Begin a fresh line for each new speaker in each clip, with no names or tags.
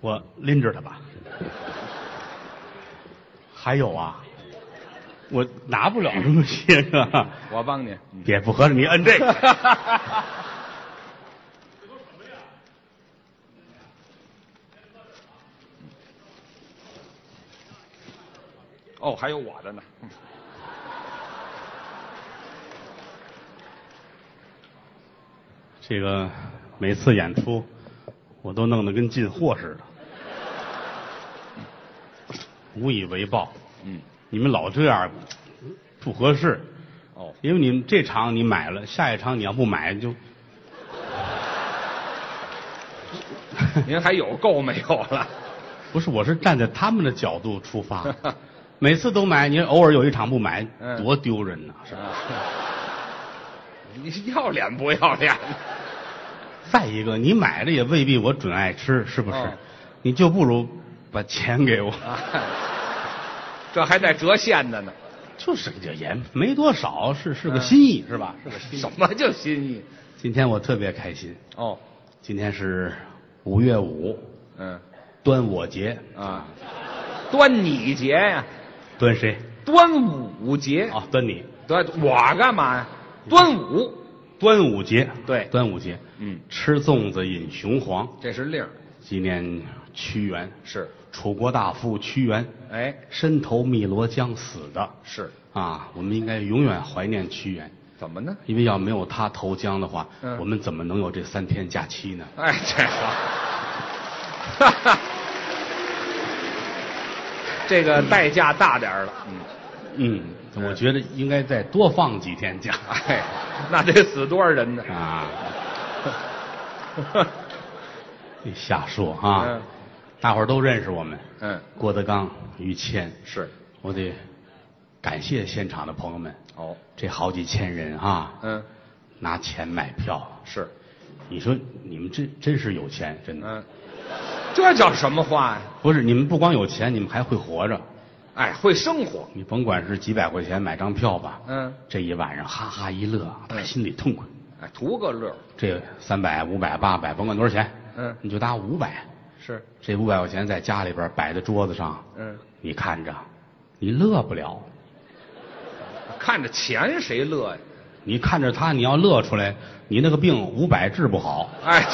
我拎着它吧。还有啊，我拿不了那么些个，
我帮你。嗯
也不合适。你摁这个，
哦，还有我的呢。嗯
这个每次演出我都弄得跟进货似的，无以为报。
嗯，
你们老这样不合适，
哦，
因为你们这场你买了，下一场你要不买就
您还有够没有了？
不是，我是站在他们的角度出 发，每次都买，你偶尔有一场不买，
嗯
多丢人呐、是吧
啊你是要脸不要脸？
再一个，你买了也未必我准爱吃，是不是？
哦
你就不如把钱给我，
啊，这还带折现的呢，
就是也也没多少，是是个
嗯
心意，是吧？是个心意。
什么叫心意？
今天我特别开心，
哦，
今天是五月五，
嗯
端午节，
啊，端你节呀，
端谁？
端午节
啊，端你，
端我干嘛呀？端午，
端午节，
对
端午节，
嗯，
吃粽子饮雄黄，
这是令儿，
纪念屈原，
是，
楚国大夫屈原。
哎，
身投汨罗江死的
是，
啊，我们应该永远怀念屈原，
怎么呢？
因为要没有他投江的话，
嗯
我们怎么能有这三天假期呢？
哎，这好， 这个代价大点儿了，嗯，
嗯，我觉得应该再多放几天假
哎，那得死多少人呢？
啊！你瞎说 啊！
嗯
大伙儿都认识我们，
嗯，
郭德纲、于谦，
是，
我得感谢现场的朋友们，
哦，
这好几千人啊，
嗯，
拿钱买票，
是，
你说你们真真是有钱，真的。
嗯，这叫什么话呀？
不是，你们不光有钱，你们还会活着。
哎，会生活，
你甭管是几百块钱买张票吧，
嗯，
这一晚上哈哈一乐，
嗯
打心里痛快。
哎，图个乐儿，
这三百、五百、八百，甭管多少钱，
嗯
你就搭五百。
是，
这五百块钱在家里边摆在桌子上，
嗯，
你看着，你乐不了。
看着钱谁乐呀？
你看着他，你要乐出来，你那个病五百治不好，
哎，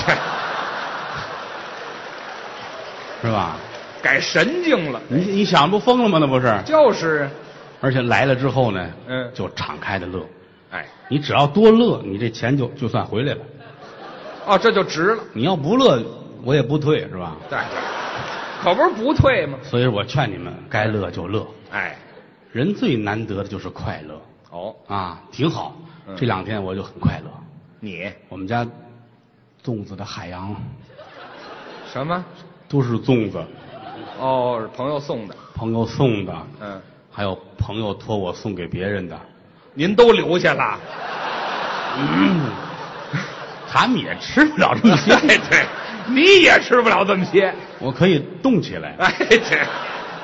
这
是吧？
改神经了，
你你想不疯了吗？那不是？
就是，
而且来了之后呢，
嗯
就敞开的乐。
哎，
你只要多乐，你这钱就就算回来了。
哦，这就值了，
你要不乐，我也不退，是吧？
对，可不是不退吗？
所以我劝你们，该乐就乐。
哎，
人最难得的就是快乐
哦，
啊，挺好。
嗯
这两天我就很快乐。
你
我们家粽子的海洋
什么？
都是粽子，
哦，是朋友送的，
朋友送的，
嗯，
还有朋友托我送给别人的。
您都留下了，
嗯他们也吃不了这么些，
哎，对，你也吃不了这么些，
我可以冻起来。
哎，对，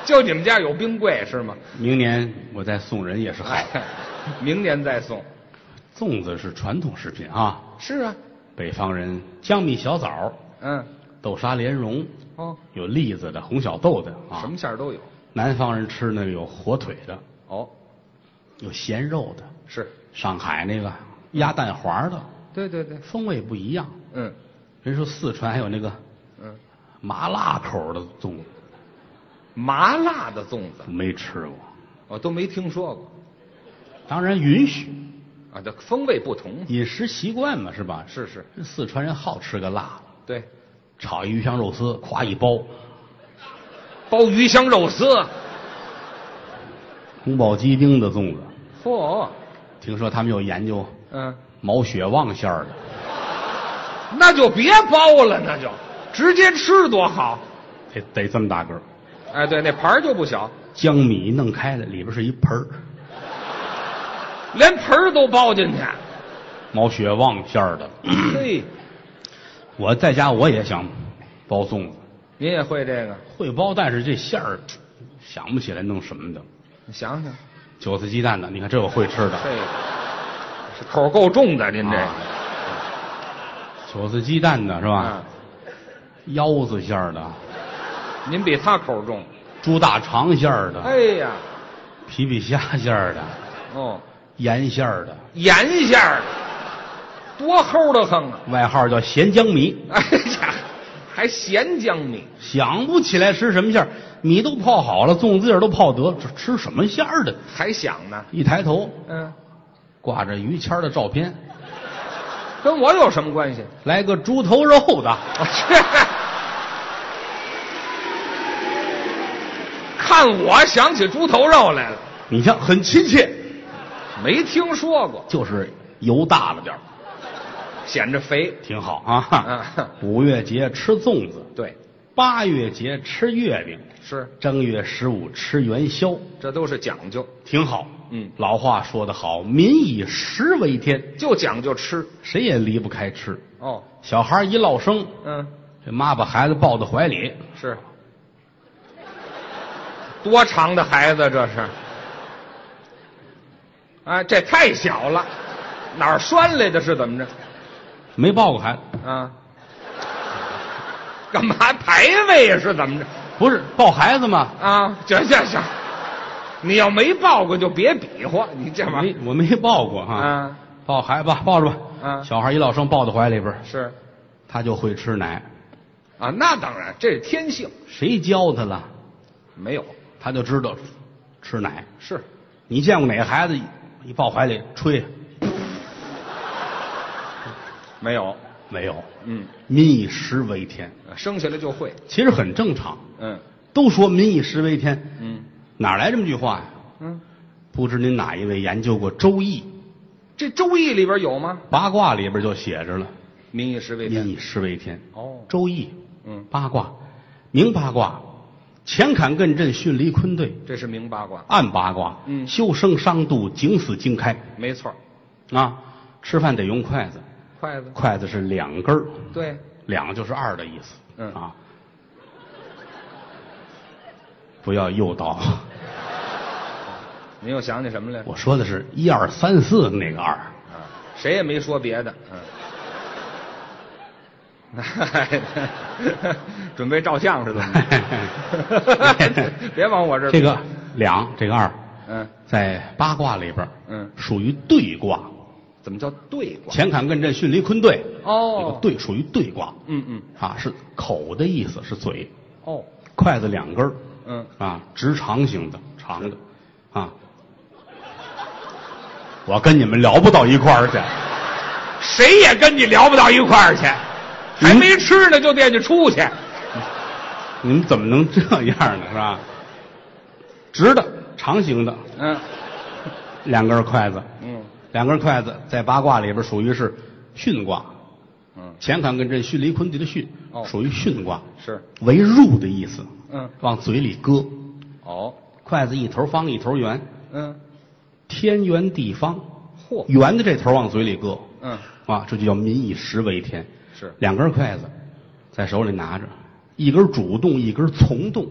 就你们家有冰柜是吗？
明年我再送人也是好。
哎，明年再送。
粽子是传统食品啊，
是啊，
北方人江米小枣、
嗯，
豆沙莲蓉，
哦，
有栗子的、红小豆的啊。
什么馅儿都有。
南方人吃那个有火腿的，
哦，
有咸肉的，
是，
上海那个鸭蛋黄的，
对对对，
风味不一样。
嗯
人说四川还有那个
嗯，
麻辣口的粽子，
麻辣的粽子
没吃过。
我哦都没听说过
当然允许，
啊，这风味不同。
饮食习惯嘛，是吧？
是是，
四川人好吃个辣的，
对，
炒一鱼香肉丝，咵一包，
包鱼香肉丝，
宫保鸡丁的粽子。
嚯，
听说他们有研究
嗯，
毛血旺馅儿的，
那就别包了，那就直接吃多好。
得得这么大个儿，
哎，对，那盘儿就不小，
江米弄开了，里边是一盆儿，
连盆儿都包 进去。
毛血旺馅儿的。
嘿，
我在家我也想包粽子，
您也会这个？
会包，但是这馅儿想不起来弄什么的。
你想想，
韭菜鸡蛋的，你看这我会吃的。
嘿，这口儿够重的，您这
啊韭菜鸡蛋的是吧？
嗯
腰子馅儿的，
您比他口重。
猪大肠馅儿的，
哎呀，
皮皮虾馅儿的，
哦，
盐馅儿的，
盐馅儿的，多齁的很啊！
外号叫咸江米。
哎呀，还咸江米，
想不起来吃什么馅儿，米都泡好了，粽子叶儿都泡得，这吃什么馅儿的？
还想呢？
一抬头，
嗯，
挂着于谦儿的照片，
跟我有什么关系？
来个猪头肉的，
我去， 看我想起猪头肉来了，
你看很亲切，
没听说过，
就是油大了点儿
显着肥。
挺好啊
嗯。
五月节吃粽子，
对，
八月节吃月饼，
是，
正月十五吃元宵，
这都是讲究，
挺好。
嗯
老话说得好，民以食为天，
就讲究吃。
谁也离不开吃。
哦，
小孩一落生，
嗯，
这妈把孩子抱在怀里，
是。多长的孩子这是？哎，这太小了，哪儿拴来的？是怎么着？
没抱过孩子，
啊？干嘛排位呀？是怎么着？
不是抱孩子吗？
啊，行行行，你要没抱过就别比划，你这玩意
没，我没抱过
儿
哈。
啊
抱孩子吧，抱着吧。
嗯
小孩一落生，抱在怀里边儿，
哎是
他就会吃奶。
啊，那当然，这是天性，
谁教他了？
没有
他就知道吃奶。
是
你见过哪个孩子一抱怀里吹？啊
没有，
没有。
嗯，
民以食为天，
生下来就会，
其实很正常。
嗯
都说民以食为天，
嗯
哪来这么句话呀？
嗯，
不知您哪一位研究过《周易》？
这《周易》里边有吗？
八卦里边就写着了
民以食：“为
民
天。
以食为天。”
哦，
《周易》
嗯，
八卦，明八卦，乾坎艮震巽离坤兑；
这是明八卦，
暗八卦，
嗯
修生伤度，景死惊开。
没错儿。
啊，吃饭得用筷子，
筷子，
筷子是两根儿，
对，
两就是二的意思。
嗯
啊，不要诱导，
您又想起什么来了？
我说的是一二三四那个二。
啊，谁也没说别的，嗯。 准备照相是怎么着？ 别往我这儿
这个两，这个二，
嗯
在八卦里边儿，
嗯，
属于对卦。
怎么叫对卦？
乾坎艮震巽离坤兑，这个
哦，
兑属于对卦
嗯嗯，
啊，是口的意思，是嘴，
哦，
筷子两根儿
嗯，
啊，直长型的，长的啊。我跟你们聊不到一块儿去，
谁也跟你聊不到一块儿去，还
嗯
没吃呢就惦记出去，
你们怎么能这样呢？是吧？直的长形的
嗯
两根儿筷子，
嗯
两根筷子在八卦里边属于是巽卦，
嗯，
乾坎艮震巽离坤兑的巽，
哦
属于巽卦，
是，
为入的意思，
嗯，
往嘴里搁。
哦，
筷子一头方一头圆，
嗯，
天圆地方，
嚯，
圆的这头往嘴里搁，
嗯，
啊，这就叫民以食为天。
是
两根筷子在手里拿着，一根主动，一根从动。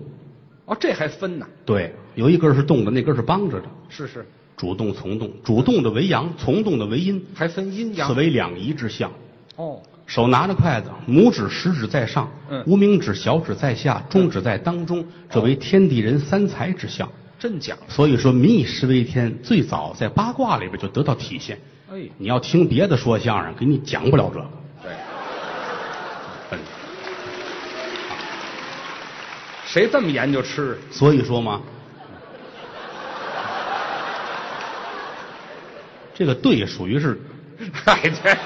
哦，这还分呢，
对，有一根是动的，那根是帮着的。
是是，
主动从动，主动的为阳，从动的为阴，
还分阴阳
此，为两仪之象。
哦，
手拿着筷子，拇指、食指在上，
嗯
无名指、小指在下，中指在当中，这为天地人三才之象。
真讲究，
所以说，民以食为天，最早在八卦里边就得到体现。
哎，
你要听别的说相声，给你讲不了这个。
对，
嗯
谁这么研 究吃？
所以说嘛，这个对属于是，
哎，
啊
这，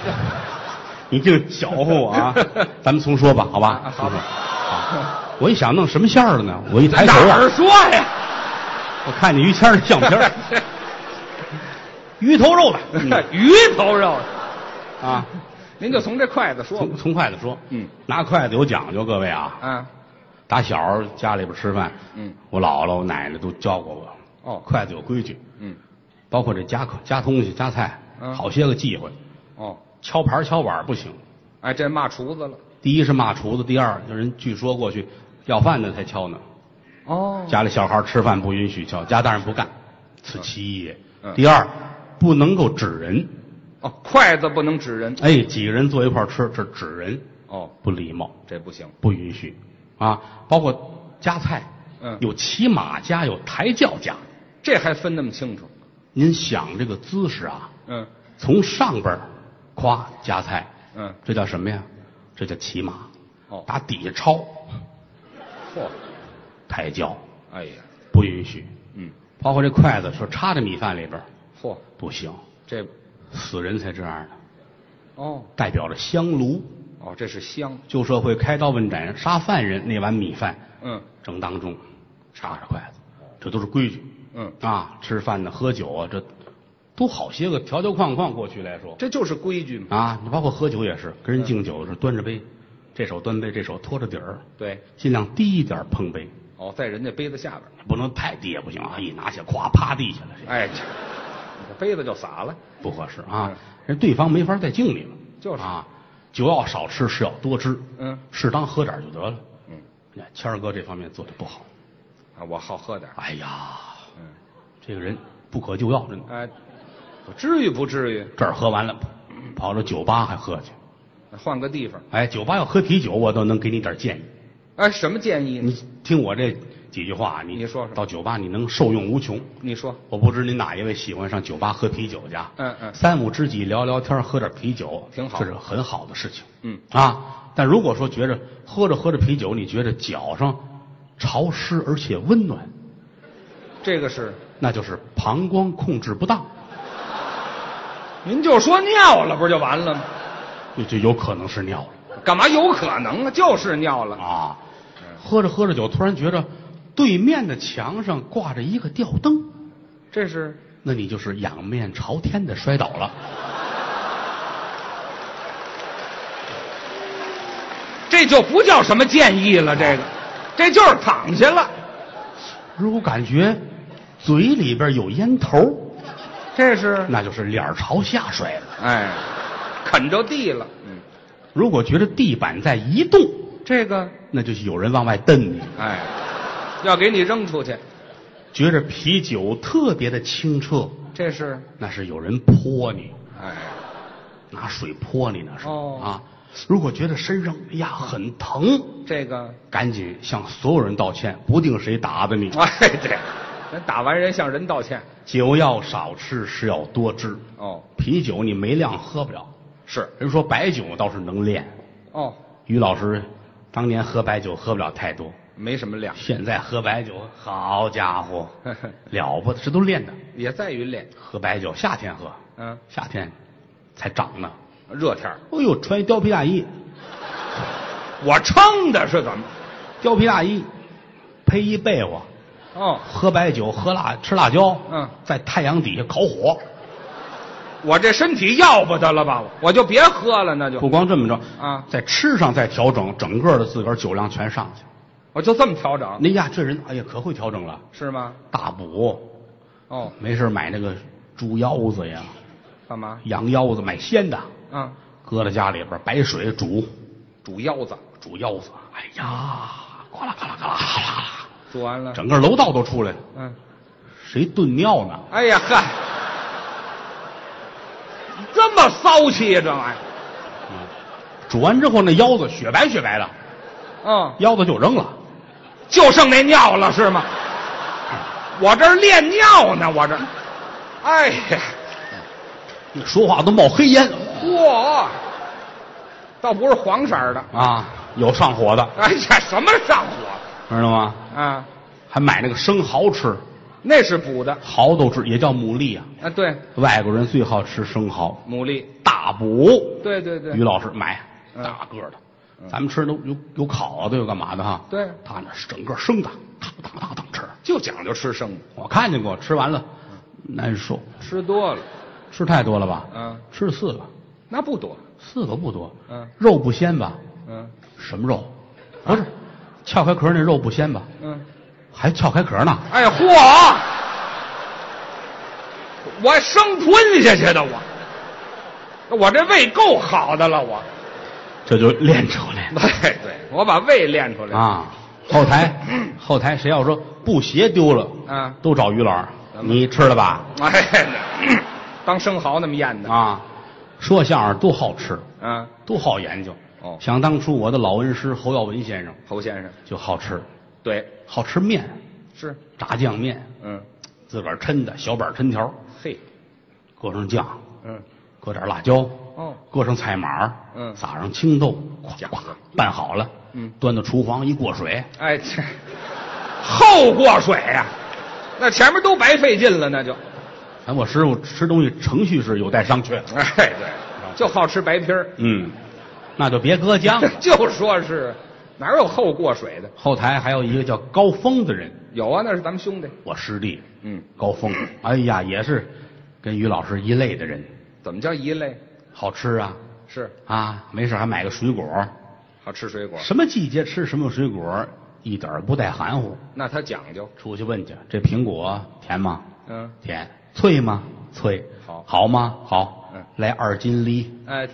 你净搅和我 啊！咱们重说吧，好吧
啊？好
重说啊我一想弄什么馅儿的呢？我一抬头
哪
啊
儿，说呀？
我看见于谦儿的相片 儿，鱼头肉的、嗯
鱼头肉，
啊。
您就从这筷子说吧
从，从筷子说，
嗯，
拿筷子有讲究，各位啊，
啊，
打小家里边吃饭，
嗯，
我姥姥、我奶奶都教过我，
哦，
筷子有规矩，
嗯，
包括这夹口夹东西、夹菜，
嗯
好些个忌讳，
哦，
敲盘儿敲碗儿不行。
哎，这骂厨子了，
第一是骂厨子，第二有人据说过去要饭的才敲呢，
哦，
家里小孩吃饭不允许敲，家大人不干，此其一也。
嗯
第二，不能够指人，
哦，筷子不能指人。
哎，几个人坐一块儿吃，这指人
哦，
不礼貌，
这不行。
不允许啊。包括夹菜，
嗯
有骑马家，有抬轿家。
这还分那么清楚？
您想这个姿势啊，
嗯
从上边儿夸夹菜，
嗯，
这叫什么呀？这叫骑马。
哦
打底下抄
嚯，
抬轿
哎呀，
不允许，
嗯，
包括这筷子说插在米饭里边儿
嚯，
不行，
这
死人才这样的，
哦
代表着香炉。
哦，这是香，
旧社会开刀问斩杀犯人那碗米饭
嗯
正当中，插着筷子，这都是规矩
嗯，
啊。吃饭呢，喝酒啊，这都好些个条条框框。过去来说
这就是规矩嘛。
啊，你包括喝酒也是，跟人敬酒是端着杯，这手端杯，这手托着底儿，
对，
尽量低一点碰杯，
哦，在人家杯子下边儿，
不能太低也不行啊。一拿下，咵趴地下了，这
哎，这杯子就洒了。
不合适啊
嗯。
人对方没法再敬你了，
就是
啊，酒要少吃，是要多吃，
嗯
适当喝点儿就得了。
嗯，
你看谦儿哥这方面做的不好。
啊，我好喝点儿。
哎呀，
嗯，
这个人不可救药，真的。
哎，我至于不至于？
这儿喝完了，跑到酒吧还喝去。
换个地方。
哎，酒吧要喝啤酒，我倒能给你点建议。
哎，什么建议呢？
你听我这几句话，你
你说说
到酒吧你能受用无穷。
你说，
我不知您哪一位喜欢上酒吧喝啤酒去啊？
嗯嗯
三五知己聊聊天，喝点啤酒，
挺好
这是很好的事情。
嗯
啊，但如果说觉着喝着喝着啤酒，你觉着脚上潮湿而且温暖，
这个是，
那就是膀胱控制不当，
您就说尿了，不是就完了吗？
就就有可能是尿了。
干嘛有可能啊？就是尿了。
啊，喝着喝着酒，突然觉着对面的墙上挂着一个吊灯，
这是
那你就是仰面朝天的摔倒了。
这就不叫什么建议了，这个，这就是躺下了。
如果感觉嘴里边有烟头，
这是，
那就是脸儿朝下摔了。
哎，啃着地了。嗯，
如果觉得地板在移动，
这个，
那就是有人往外蹬你。
哎，要给你扔出去。
觉着啤酒特别的清澈，
这是，
那是有人泼你，
哎，
拿水泼你那是、
哦
啊。如果觉得身上哎呀很疼，
这个，
赶紧向所有人道歉，不定谁打的你。
哎，对，咱打完人向人道歉。
酒要少吃，是要多吃。
哦，
啤酒你没量喝不了，
是，
人说白酒倒是能练。
哦，
于老师当年喝白酒喝不了太多，
没什么量，
现在喝白酒，好家 伙，了不得，这都练的。
也在于练。
喝白酒，夏天喝，
嗯，
夏天才长呢。
热天儿
哎呦，穿一貂皮大衣，
我撑的是怎么？
貂皮大衣，披一被窝，
哦，
喝白酒，喝辣，吃辣椒，
嗯，
在太阳底下烤火。
我这身体要不得了吧？我我就别喝了，那
不
就
光这么着
啊
在吃上再调整，整个的自个儿酒量全上去。
我就这么调整，
哎呀，这人哎呀可会调整了，
是吗？
大补，
哦，
没事买那个猪腰子呀、
干嘛？
羊腰子，买鲜的，
啊，
搁在家里边儿白水煮，
煮腰子，
煮腰子。哎呀，呱啦呱啦呱啦呱啦呱
煮完了
啦，，整个楼道都出来了。
嗯，
谁炖尿呢？
哎呀嗨，这么骚气啊呀、这玩意儿，
嗯煮完之后那腰子雪白雪白的，
嗯，
腰子就扔了。
就剩那尿了是吗？我这儿练尿呢，我这儿，哎呀，
说话都冒黑烟
嚯，倒不是黄色儿的，
啊，有上火的，
哎呀，什么上火
知道吗？
啊？
还买那个生蚝吃，
那是补的
蚝都吃，也叫牡蛎啊。
啊，对，
外国人最好吃生蚝，
牡蛎，
大补。
对对对
于，老师买
嗯
大个儿的，
嗯
咱们吃都有有烤的，啊有干嘛的哈？
对
他那是整个生的，当当当当吃。
就讲究吃生的，
我看见过，吃完了难受，
吃多了，
吃太多了吧？
嗯，
吃了四个，
那不多，
四个不多。
嗯
肉不鲜吧？
嗯
什么肉？不是，撬开壳那肉不鲜吧？
嗯，
还撬开壳呢？
哎嚯，我生吞下去的我，我这胃够好的了我，
这就练出 来了
对哎对，我把胃练出来了，
啊！后台后台谁要说布鞋丢了，
啊，
都找于老师，
咱们
你吃了吧？
哎，当生蚝那么咽的，
啊，说相声都好吃，
啊，
都好研究。
哦
想当初我的老恩师侯耀文先生
侯先生，
就好吃，
对，
好吃面，
是，
炸酱面，
嗯，
自个儿抻的小板抻条，
嘿，
搁上酱，
嗯，
搁点辣椒，
哦，
搁上菜码儿，
嗯
撒上青豆，
家
咵
伙
咵拌好了，
嗯
端到厨房一过水，
哎， 这后过水呀、那前面都白费劲了，那就，
哎，我师傅吃东西程序是有待商榷，
哎，
啊
对，就好吃白皮儿，
嗯，那就别搁姜了。
就说是哪有后过水的？
后台还有一个叫高峰的人，
有啊，那是咱们兄弟。
我师弟，
嗯，
高峰，哎呀，也是跟于老师一类的人，
怎么叫一类？
好吃啊
是
啊，没事还买个水果，
好吃水果，
什么季节吃什么水果，一点儿不带含糊。
那他讲究。
出去问去，这苹果甜吗？
嗯，
甜。脆吗？脆。
好
好吗？好。
嗯
来二斤梨，
哎，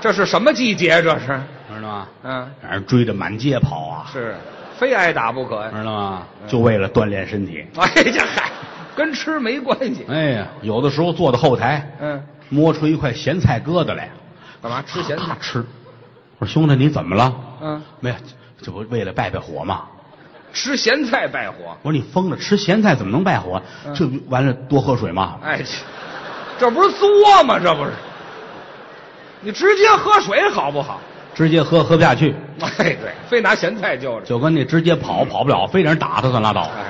这是什么季节？这是，
知道吗？
嗯，
让人追着满街跑啊，
是非挨打不可呀。
知道吗？就为了锻炼身体。
哎呀，嗨，跟吃没关系。
哎呀，有的时候坐到后台，
嗯，
摸出一块咸菜疙瘩来，
干嘛吃咸
咔
菜？
吃。我说兄弟，你怎么了？
嗯，
没有，这不为了败败火吗？
吃咸菜败火。
我说你疯了，吃咸菜怎么能败火？
嗯
这完了多喝水吗？
哎，这这不是作吗？这不是，你直接喝水好不好？
直接喝喝不下去，
哎，对，非拿咸菜就着。
就跟那直接跑跑不了，非得让人打他算拉倒。
哎，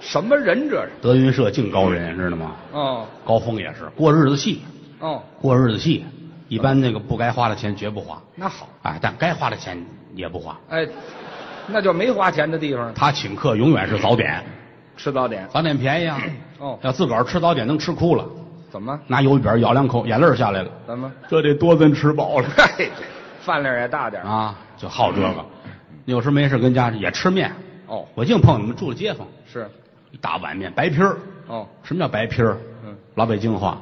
什么人这是？
德云社净高人，知道吗？
哦
高峰也是过日子细，
哦，
过日子细，一般那个不该花的钱绝不花，
那好，
哎，但该花的钱也不花。
哎，那就没花钱的地方，
他请客永远是早点，
吃早点。
早点便宜啊。
哦
要自个儿吃早点能吃哭了，
怎么？
拿油饼咬两口，眼泪儿下来了。
怎么？
这得多咱吃饱了
哎，对，饭量也大点儿。
啊！就好这个，有时没事跟家也吃面。
哦，
我净碰你们住的街坊，
是，
一大碗面白皮儿。
哦，
什么叫白皮儿？
嗯，
老北京话，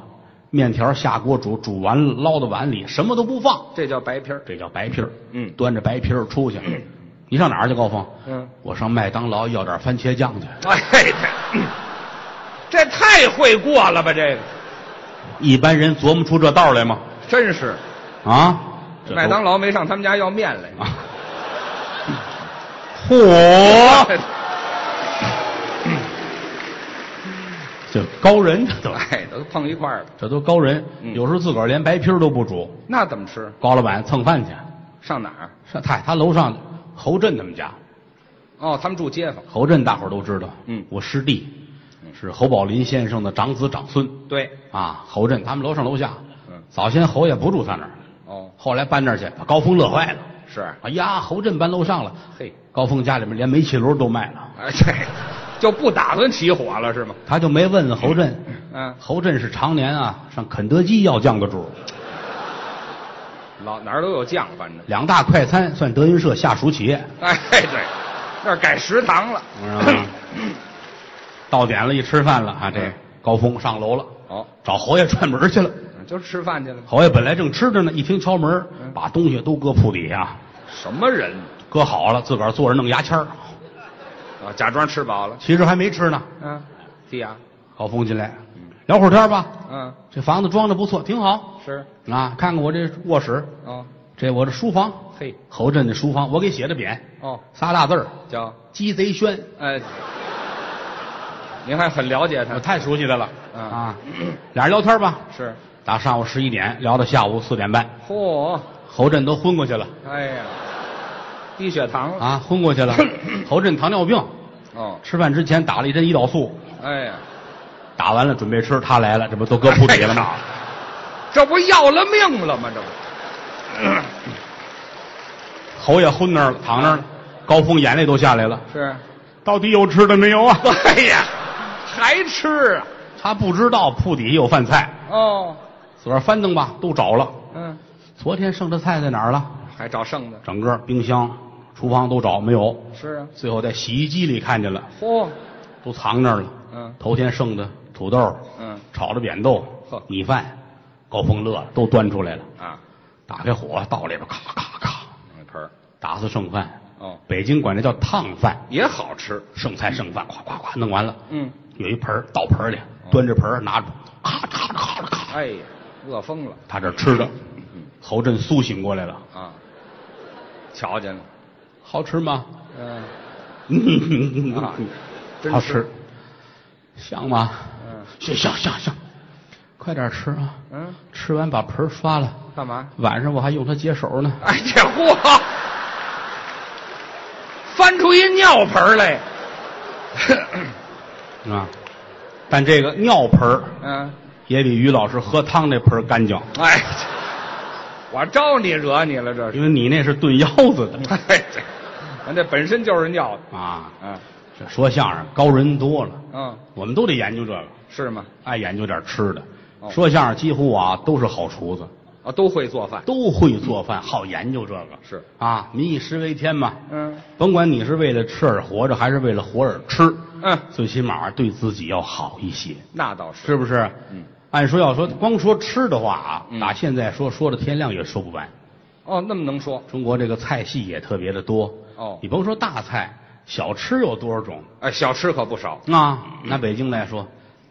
面条下锅煮，煮完了捞到碗里，什么都不放，
这叫白皮儿。
这叫白皮儿。
嗯
端着白皮儿出去，你上哪儿去，高峰？
嗯，
我上麦当劳要点番茄酱去，
哎，这这太会过了吧？这个
一般人琢磨出这道来吗？
真是，
啊，这都
麦当劳没上他们家要面来。
啊，
哦
嚯，这高人这都，
哎，都碰一块儿了，
这都高人，
嗯
有时候自个儿连白皮儿都不煮，
那怎么吃？
高老板蹭饭去，
上哪儿？
上嗨，他楼上侯震他们家，
哦，他们住街坊。
侯震大伙儿都知道，
嗯
我师弟是侯宝林先生的长子长孙
对，
啊，侯震他们楼上楼下
嗯，
早先侯爷不住他那儿，
哦，
后来搬那儿去，把高峰乐坏了，
是，
哎呀，侯震搬楼上了，
嘿，
高峰家里面连煤气炉都卖了，
哎，这就不打算起火了是吗？
他就没问问侯震，
嗯，
侯震是常年啊上肯德基要酱的主，
老哪儿都有酱，反正。
两大快餐算德云社下属企业，
哎，对，那儿改食堂了。
知道吗到点了，一吃饭了啊，这
嗯
高峰上楼了，
哦，
找侯爷串门去了。
就吃饭去了。
侯爷本来正吃着呢，一听敲门
嗯，
把东西都搁铺底下，
什么人
搁好了，自个儿坐着弄牙签儿，
啊？假装吃饱了。
其实还没吃呢。
嗯，对呀，
高峰进来，聊会儿天吧，
嗯，
这房子装的不错，挺好
是，
啊。看看我这卧室，
哦，
这我这书房，
嘿，
侯震的书房，我给写的匾，
哦，
仨大字儿
叫，
“鸡贼轩”。
哎，您还很了解
我
他，
太熟悉他了
嗯
啊！俩人聊天吧，
是，
打上午十一点聊到下午四点半，
嚯，
侯震都昏过去了
哎呀，低血糖了，
啊，昏过去 了。侯震糖尿病，
哦，
吃饭之前打了一针胰岛素，
哎呀，
打完了准备吃，他来了，这不都搁铺底了吗？
这不要了命了吗？这不，
侯爷昏那儿了，躺那儿了，高峰眼泪都下来了。
是，
到底有吃的没 有啊？
哎呀，还吃啊？
他不知道铺底有饭菜，
哦，
自个儿翻腾吧，都找了。
嗯，
昨天剩的菜在哪儿了？
还找剩的，
整个冰箱、厨房都找没有，
是啊，
最后在洗衣机里看见了，
嚯，
都藏那儿了。
嗯
头天剩的土豆、
嗯
炒的扁豆
呵、
米饭，高峰乐了都端出来了。
啊，
打开火到里边，咔咔咔，
那盆儿，
打死剩饭。
哦，
北京管这叫烫饭，
也好吃，
剩菜剩饭，咵咵咵弄完了。
嗯，
有一盆儿倒盆儿里，端着盆儿拿着，咔嚓咔嚓咔，
哎呀，饿疯了
他这吃的。侯震苏醒过来了，
啊，瞧见了，
好吃吗？
嗯，啊 真
好
是
吃，香吗？
嗯
香香香香，快点吃啊！
嗯，
吃完把盆儿刷了，
干嘛？
晚上我还用它解手呢。
哎，这嚯，翻出一尿盆儿来，
啊，但这个尿盆儿
嗯，
也比于老师喝汤那盆儿干净，
哎，我招你惹你了这是？
因为你那是炖腰子的
哎，这咱这本身就是尿的，
啊。
嗯
这说相声高人多了，
嗯，
我们都得研究这个，
是吗？
爱研究点吃的。
哦
说相声几乎啊都是好厨子，
啊，都会做饭，
都会做饭，好研究这个
是
啊，民以食为天嘛。
嗯
甭管你是为了吃而活着，还是为了活而吃，
嗯，
最起码对自己要好一些，
那倒是，
是不是？
嗯，
按说要说光说吃的话啊，
嗯
打现在说说到天亮也说不完。
哦，那么能说，
中国这个菜系也特别的多，
哦
你甭说大菜，小吃有多少种
哎，小吃可不少，
啊？拿北京来说，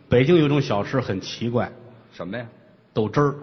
北京有一种小吃很奇怪，
什么呀？
豆汁儿，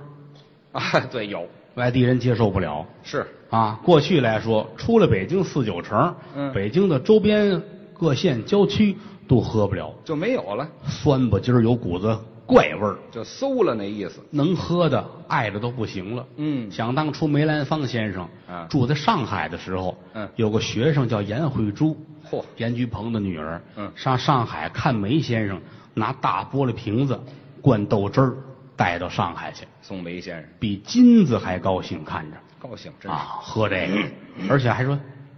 啊，对，有
外地人接受不了
是，
啊。过去来说，出了北京四九城，
嗯
北京的周边各县郊区都喝不了，
就没有了，
酸吧唧儿有股子怪味儿，
就馊了那意思，
能喝的爱的都不行了。
嗯
想当初梅兰芳先生
啊
住在上海的时候，
嗯
有个学生叫颜慧珠，
嚯，
严菊鹏的女儿，
嗯
上上海看梅先生拿大玻璃瓶子灌豆汁儿带到上海去，
宋梅先生
比金子还高兴看着
高兴，真是，
啊，喝这个，而且还说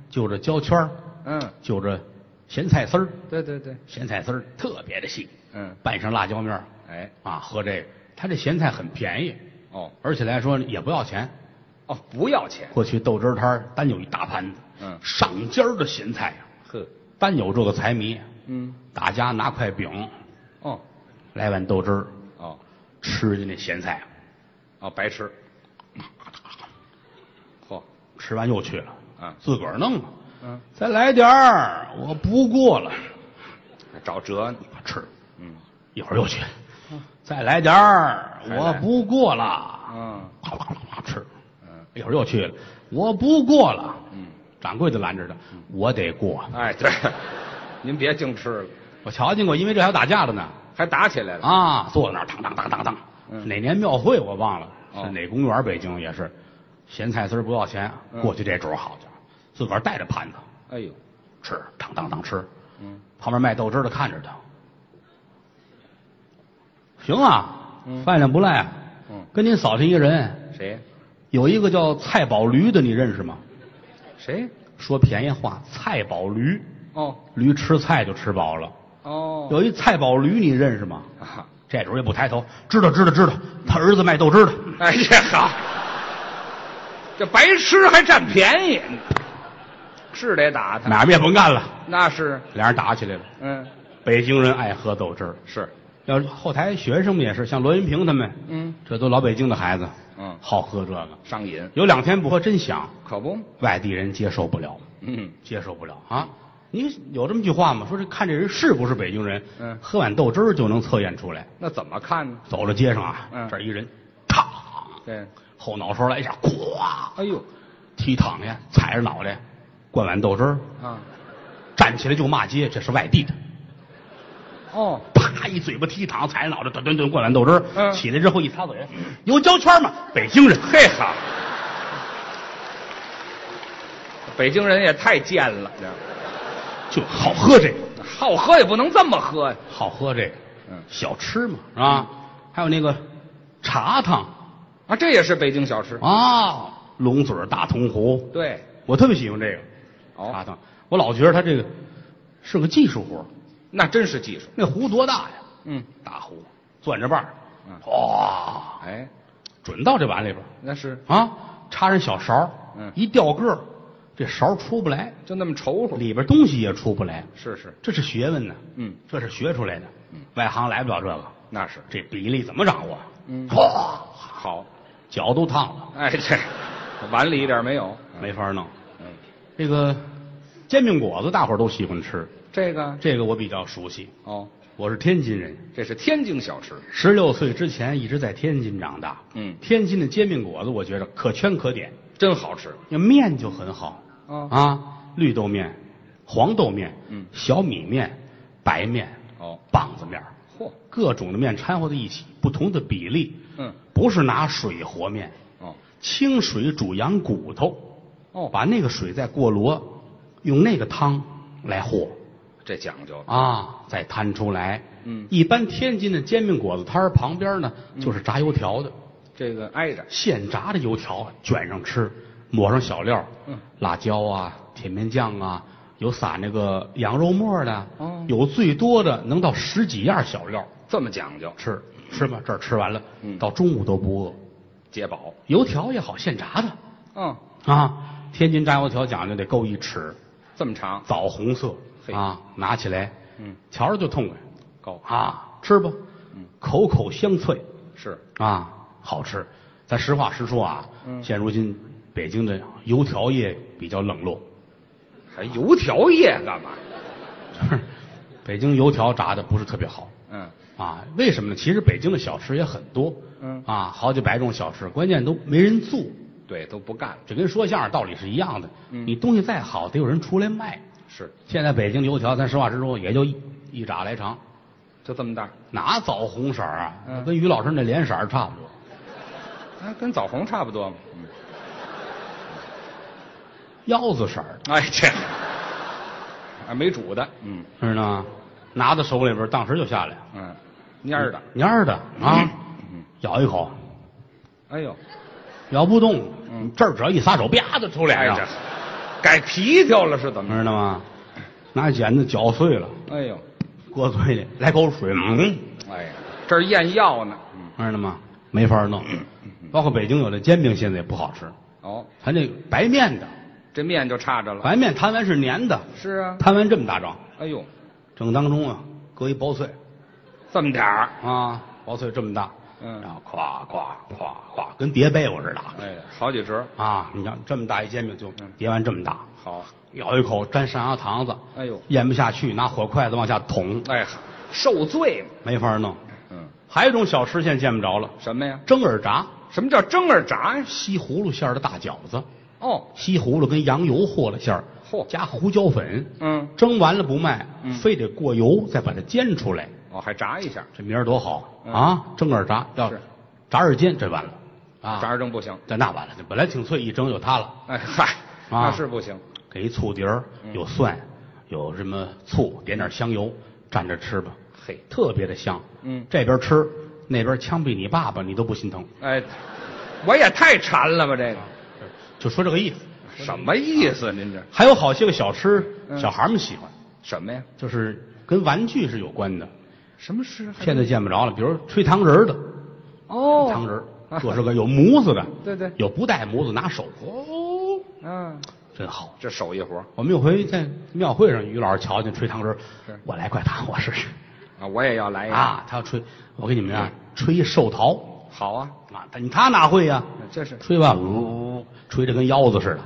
就着焦圈儿，
嗯，
就着咸菜丝儿，
对对对，
咸菜丝儿特别的细，
嗯，
拌上辣椒面儿
哎，
啊，喝这个，他这咸菜很便宜，
哦
而且来说也不要钱。
哦，不要钱，
过去豆汁儿摊儿单有一大盘子，
嗯
上尖儿的咸菜呀，
呵，
单有这个财迷，
嗯，
大家拿块饼，
哦
来碗豆汁儿，
哦
吃进那咸菜，
哦，白吃，嚯，
吃完又去了，
啊
自个儿弄吧，
嗯，
再来点儿，我不过了，
找辙呢，
吃，
嗯
一会儿又去，再来点儿，
还来
我不过了，
嗯
哗啦哗啦哗啦吃，
嗯
一会儿又去了，我不过了，
嗯，
掌柜的拦着他，我得过，
哎，对， 您别净吃了，
我瞧见过，因为这还有打架的呢，
还打起来了，
啊，坐在那儿当当当当当，
嗯
是哪年庙会我忘了，
哦
是哪公园儿？北京也是，咸菜丝儿不要钱，
嗯
过去这主儿好家伙，自个儿带着盘子
哎呦，
吃，当当当吃，
嗯
旁边卖豆汁儿的看着他，行啊，
嗯
饭量不赖啊，
嗯，
跟您嫂子一个人，
谁
有一个叫蔡宝驴的，你认识吗？
谁？
说便宜话，蔡宝驴，
哦
驴吃菜就吃饱了。
哦，
有一蔡宝驴，你认识吗？
啊
这主儿也不抬头，知道知道知道，他儿子卖豆汁儿的。
哎呀好，这白吃还占便宜，是得打他，
哪儿也甭干了，
那是，
俩人打起来了。
嗯
北京人爱喝豆汁儿，
是，
要是后台学生们也是，像罗云平他们，
嗯
这都老北京的孩子，
嗯，
好喝这个。
上瘾，
有两天不喝真想，
可不，
外地人接受不了，
嗯
接受不了啊！你有这么句话吗？说这看这人是不是北京人，
嗯
喝碗豆汁儿就能测验出来。
那怎么看呢？
走到街上啊，
嗯
这儿一人，嘡，
对，
后脑勺来一下，咵，
哎呦
踢躺下，踩着脑袋，灌碗豆汁儿，
啊，
站起来就骂街，这是外地的。
哦，
啪一嘴巴踢躺，踩着脑袋，顿顿顿灌碗豆汁儿。
嗯
起来之后一擦嘴，有胶圈吗？北京人，
嘿哈，北京人也太贱了，这
就好喝这个，
好喝也不能这么喝呀，
好喝这个，
嗯
小吃嘛，是吧？还有那个茶汤
啊，这也是北京小吃，
啊，龙嘴儿大铜壶，
对，
我特别喜欢这个茶
哦，
汤。我老觉得他这个是个技术活儿，
那真是技术，
那壶多大呀？
嗯，
大壶，攥着把儿
嗯，
哇，
哎，
准到这碗里边儿
那是
啊，插上小勺儿，
嗯
一掉个儿，这勺儿出不来。
就那么稠乎，
里边东西也出不来，
是是，
这是学问呢，
嗯，
这是学出来的
嗯，
外行来不了这个，
那是，
这比例怎么掌握？
嗯
哗，
好，
脚都烫了，
哎，这碗里一点没有，
没法弄。
嗯，
这个煎饼果子大伙儿都喜欢吃，
这个
这个我比较熟悉，
哦，
我是天津人，
这是天津小吃，
十六岁之前一直在天津长大，
嗯，
天津的煎饼果子我觉得可圈可点，
真好吃，
那面就很好
哦，
啊，绿豆面、黄豆面、
嗯
小米面、白面、
哦，
棒子面，
嚯，
各种的面掺和在一起，不同的比例，
嗯，
不是拿水和面，
哦，
清水煮羊骨头，
哦，
把那个水再过箩，用那个汤来和
这讲究了，
啊，再摊出来。
嗯
一般天津的煎饼果子摊儿旁边呢，就是炸油条的，
这个挨着，
现炸的油条啊卷上吃，抹上小料，
嗯，
辣椒啊、甜面酱啊，有撒那个羊肉沫的，
哦
有最多的能到十几样小料
这么讲究，
吃，吃吧，这儿吃完了，
嗯
到中午都不饿。
解饱。
油条也好，现炸的
嗯，
啊，天津炸油条讲究得够一尺，
这么长，
枣红色
嘿
啊，拿起来，
嗯，
瞧着就痛快
高
啊，吃吧，
嗯
口口香脆，
是
啊，好吃。咱实话实说啊，
嗯
现如今北京的油条业比较冷落，
还油条叶干嘛？
北京油条炸的不是特别好
嗯，
啊。为什么呢？其实北京的小吃也很多，
嗯
啊，好几百种小吃，关键都没人做，
对，都不干了，
这跟说相声道理是一样的。
嗯
你东西再好，得有人出来卖。
是
现在北京油条，咱实话实说，也就一一扎来长，
就这么大，
哪枣红色儿啊？
嗯
跟于老师那脸色儿差不多。
啊，跟枣红差不多嘛。嗯，
腰子色儿的，
哎，这 啊没煮的，嗯
知道吗？拿到手里边儿，当时就下来了。
嗯，蔫儿的，
蔫儿的啊，
嗯，
咬一口，
哎呦，
咬不动，
嗯
这儿只要一撒手，啪的抽脸
哎
上，
这改皮条了是怎么？
知道吗？拿剪子绞碎了，
哎呦，
搁嘴里，来口水，嗯，
哎呀，这儿验药呢，嗯，
知道吗？没法弄，包括北京有的煎饼现在也不好吃，
哦，
它这白面的，
这面就差着了，
白面摊完是粘的，
是啊，
摊完这么大张，
哎呦，
正当中啊，搁一薄脆
这么点儿，
啊，薄脆这么大，
嗯
然后咵咵咵咵，跟叠被窝似的
哎呀，好几折，
啊！你看这么大一煎饼就
嗯
叠完这么大，
好，
咬一口沾上牙膛子，
哎呦，
咽不下去，拿火筷子往下捅，
哎呀，受罪嘛，
没法弄。
嗯，
还有一种小吃现在见不着了，
什么呀？
蒸耳炸，
什么叫蒸耳炸呀？
西葫芦馅儿的大饺子，
哦，
西葫芦跟羊油和了馅儿，
嚯
加胡椒粉，
嗯，
蒸完了不卖
嗯，
非得过油再把它煎出来，
哦，还炸一下，
这名儿多好
嗯
啊！蒸耳炸要
是
炸耳尖，这完了啊，
炸着蒸不行。
这那完了，这本来挺脆，一蒸就塌了。
哎嗨，那是不行。
给一醋碟儿，
嗯
有蒜，有什么醋，点点香油，蘸着吃吧，
嘿，
特别的香。
嗯
这边吃，那边枪毙你爸爸，你都不心疼，
哎，我也太馋了吧，这个
就说这个意思。
什么意思？您这
还有好些个小吃，
嗯
小孩儿们喜欢，
什么呀？
就是跟玩具是有关
嗯
的，
什么诗？
现在见不着了。比如吹糖人儿的，
哦，
糖人儿，这是个有模子的，
对对
有不带模子拿手，哦，
嗯，
真好。
这手艺活
我们有回在庙会上，于老师瞧见吹糖人儿
是，
我来块糖，我试试。
啊，我也要来一个。
啊，他要吹，我给你们啊，吹一寿桃
好啊，
啊，他他哪会呀、
这是
吹吧，呜，吹的跟腰子似的，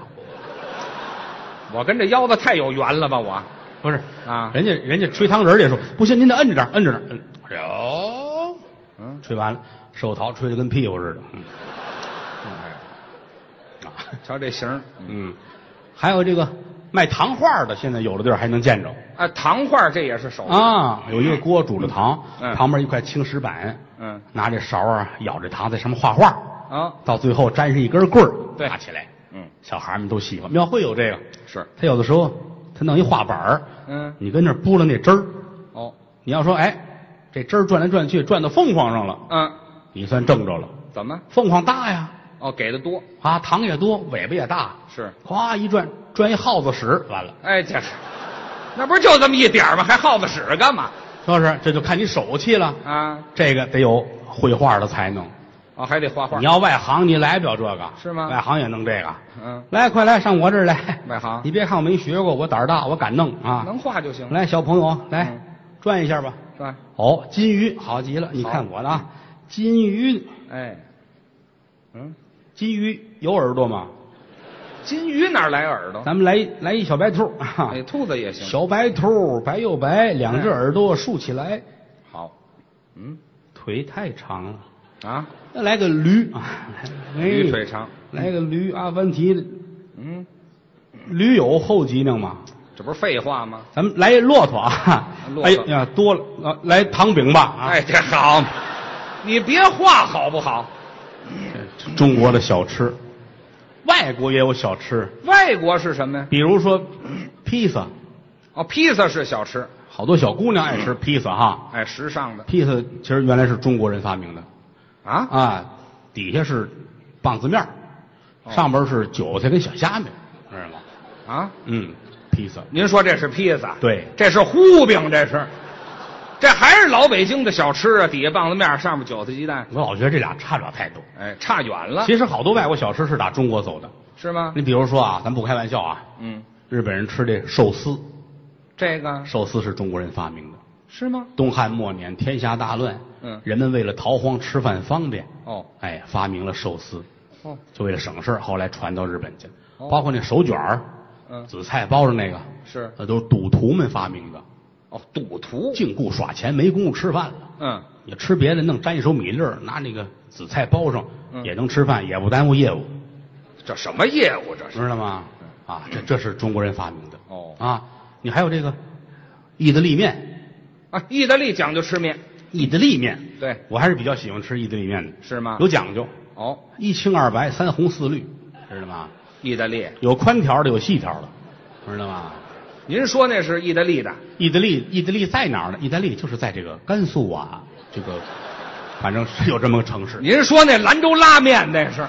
我跟这腰子太有缘了吧？我
不是
啊
人家人家吹糖人儿也说，不行，您得摁着点儿，摁着点儿，摁有，
嗯，
吹完了，寿桃吹的跟屁股似的，嗯
哎，
啊，
瞧这形儿
嗯，还有这个卖糖画儿的，现在有的地儿还能见着
啊，糖画这也是手艺。
啊，有一个锅煮着糖，
嗯
旁边一块青石板，
嗯
拿这勺啊舀着糖在上面画画，
啊，
到最后粘上一根棍儿，
对
搭起来。
嗯，
小孩儿们都喜欢。庙会有这个，
是
他有的时候他弄一画板儿，
嗯
你跟那儿拨了那汁儿，
哦
你要说哎，这汁儿转来转去转到凤凰上了，
嗯，
你算挣着了。
怎么？
凤凰大呀，
哦，给的多
啊，糖也多，尾巴也大，
是？
咵一转转一耗子屎，完了，
哎，这是，那不是就这么一点儿吗？还耗子屎干嘛？
是不是？这就看你手气了。
啊，
这个得有绘画的才能，
哦，还得画画
你。要外行你来不了这个，
是吗
外行也弄这个，
嗯，
来，快来上我这儿来。
外行
你别看我没学过，我胆儿大，我敢弄啊。
啊能画就行，
来，小朋友，来、
嗯
转一下吧。
是吧？
哦，金鱼好极了，你看我的啊，
嗯
金鱼，
哎，嗯，
金鱼有耳朵吗？
金鱼哪儿来耳朵？
咱们来一来一小白兔，哈
哎，，兔子也行。
啊小白兔白又白，两只耳朵竖起来，
好，嗯
腿太长了。
啊，
再来个驴，啊，哎
驴腿长，
来个驴，阿凡提，
嗯，
驴友后脊梁嘛，
这不是废话吗？
咱们来骆驼啊！
骆
哎
驼
呀，多了，啊来糖饼吧啊！
哎，这好，你别画好不好？
这中国的小吃，外国也有小吃，
外国是什么呀？
比如说披萨，
哦，披萨是小吃，
好多小姑娘爱吃披萨哈。
哎，时尚的
披萨其实原来是中国人发明的
啊，
啊，底下是棒子面儿
哦
上边是韭菜跟小虾米，知道吗？
啊！
嗯，披萨
您说这是披萨？
对
这是糊饼，这是，这还是老北京的小吃啊！底下棒子面，上面韭菜鸡蛋，
我老觉得这俩差不了太多。
哎，差远了，
其实好多外国小吃是打中国走的。
是吗？
你比如说啊，咱不开玩笑啊，
嗯，
日本人吃这寿司，
这个
寿司是中国人发明的。
是吗？
东汉末年，天下大乱，
嗯
人们为了逃荒吃饭方便，
哦
哎，发明了寿司，
哦，
就为了省事儿后来传到日本去，
哦
包括那手卷儿、
嗯，
紫菜包着那个，呃
是
那都是赌徒们发明的，
哦，赌徒，
净顾耍钱，没工夫吃饭了。
嗯，
你吃别的，弄沾一手米粒儿，拿那个紫菜包上，
嗯
也能吃饭，也不耽误业务，
这什么业务这是？
知道吗？
嗯
啊，这这是中国人发明的。
哦
啊，你还有这个意大利面，
啊，意大利讲究吃面，
意大利面，
对，
我还是比较喜欢吃意大利面的，
是吗
有？讲究，
哦，
一清二白，三红四绿，知道吗？
意大利，
有宽条的，有细条的，知道吗？
您说那是意大利的？
意大利，意大利在哪儿呢？意大利就是在这个甘肃啊，这个，反正是有这么个城市，
您说那兰州拉面那是，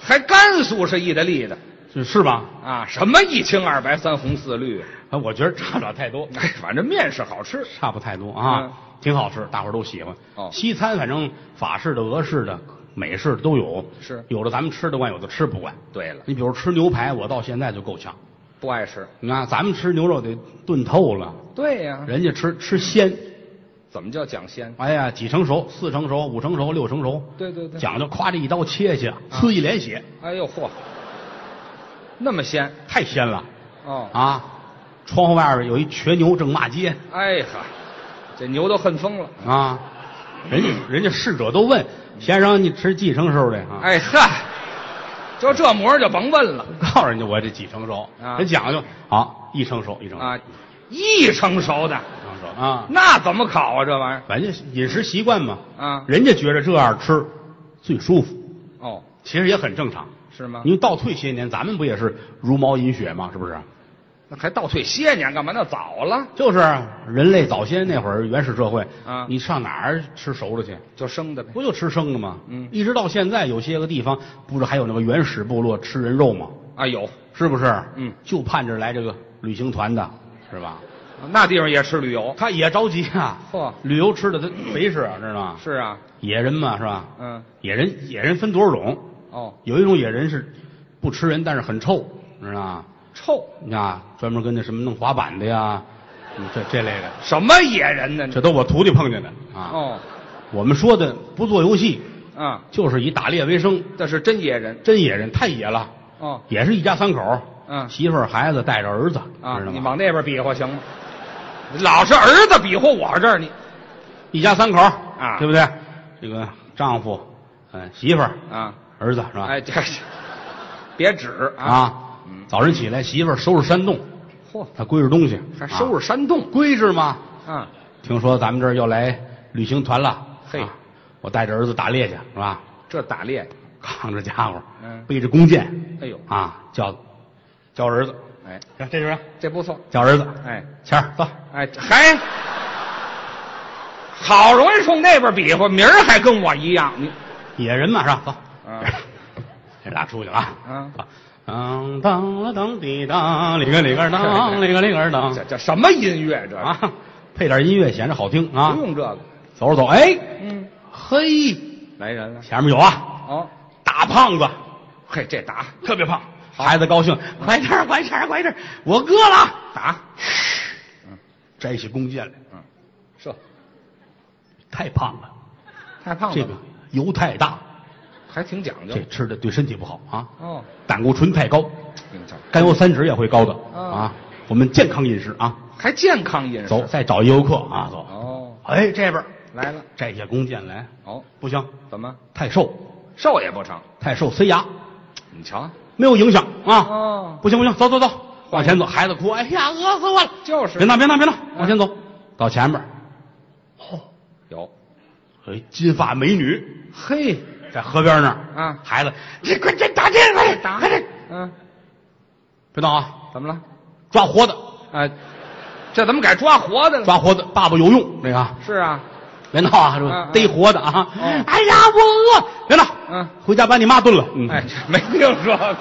还甘肃是意大利的
是是吧？
啊？什么一清二白三红四绿？
啊，我觉得差不了太多，
哎，反正面是好吃。
差不太多啊
嗯，
挺好吃，大伙儿都喜欢。
哦
西餐反正法式的、俄式的、美式的都有，
是
有的咱们吃得惯，有的吃不惯。
对了，
你比如吃牛排，我到现在就够呛。
不爱吃。
你看咱们吃牛肉得炖透了，
对呀、
人家吃吃鲜，
怎么叫讲鲜？
哎呀，几成熟，四成熟，五成熟，六成熟，
对对对，
讲究夸这一刀切下，呲一脸血，
哎呦嚯，那么鲜
太鲜了
哦！
啊！窗户外边有一瘸牛正骂街
哎哈，这牛都恨疯了。
啊，人家人家侍者都问先生，你吃几成熟的啊？
哎嗨，就这模样就甭问了
告诉人家我这几成熟，
啊
人讲究好一成熟一成熟
啊！一成熟的
一成熟啊，
那怎么烤啊？这玩意
反正饮食习惯嘛，
儿啊？
人家觉着这样吃最舒服，
哦，
其实也很正常。
是吗？
因为倒退些年，咱们不也是茹毛饮血嘛，是不是？
那还倒退些年干嘛？那早了
就是人类早先那会儿原始社会
啊
你上哪儿吃熟的去？
就生的呗。
不就吃生的吗？
嗯
一直到现在，有些个地方不是还有那个原始部落吃人肉吗？
啊，有
是不是？
嗯
就盼着来这个旅行团的，是吧？
那地方也吃旅游。
他也着急啊，
嚯
旅游吃的他肥是，知道吗？
是啊，
野人嘛，是吧？
嗯，
野人野人分多少种？
哦，
有一种野人是不吃人，但是很臭，知道吗？
臭
你看啊，专门跟那什么弄滑板的呀，嗯这这类的，
什么野人呢？
这都我徒弟碰见的啊。
哦，
我们说的不做游戏，
啊，
就是以打猎为生，
这是真野人。
真野人太野了，
哦，
也是一家三口，
嗯
媳妇儿、孩子带着儿子，
啊，
知道
你
吗？
往那边比划行吗？老是儿子比划我这儿，你
一家三口
啊
对不对？这个丈夫，嗯，媳妇儿，
啊，
儿子是吧？
哎，这这别指啊，
啊，早晨起来，媳妇儿收拾山洞，
嚯，
她归置东西，
还收
拾
拾山洞
归置嘛。
啊，
听说咱们这儿要来旅行团了，
嘿
啊我带着儿子打猎去是吧？
这打猎，
扛着家伙，
嗯
背着弓箭，
哎呦，
啊，叫叫儿子，
哎，
看这人
这不错，
叫儿子，
哎
谦儿走，
哎，还好容易冲那边比划，名儿还跟我一样，你
野人嘛是吧？走
嗯，
这俩出去了啊，
嗯
走。当当了当滴当，里个里个当，里个里个当
这这什么音乐这？
啊，配点音乐显着好听啊
不。用这个，
走着走，哎，
嗯，
嘿，
来人了，
前面有啊，
哦，
大胖子，
嘿，这打
特别胖。孩子高兴，快点儿，快点儿，快点儿，我饿了。
打，
摘起弓箭来，
嗯，射，
太胖了，
太胖了吧，
这个油太大，
还挺讲究
这，吃的对身体不好啊。
哦，
胆固醇太高，
挺讲究。
甘油三酯也会高的
嗯
啊。我们健康饮食啊，
还健康饮食。
走，再找一游客啊，走。
哦，
哎，这边儿
来了。
摘下弓箭来，
哦，
不行，
怎么
太瘦，
瘦也不成？
太瘦塞牙，
你瞧，
没有影响啊。
哦，
不行不行，走走走，往前走。孩子哭，哎呀，饿死我了！
就是嗯
别闹别闹别闹，往前走，到前边儿，
有，
哎，金发美女
嘿，
在河边那儿
啊
孩子，你快这打这个，
打
开这，
嗯，
别闹啊，
怎么了？
抓活的，
啊，这怎么改抓活的了？
抓活的，爸爸有用，这个啊
是啊，
别闹啊，这
嗯嗯
逮活的啊
哦！
哎呀，我饿，别闹，
嗯，哎
回家把你妈炖了。嗯
哎，这没听说过。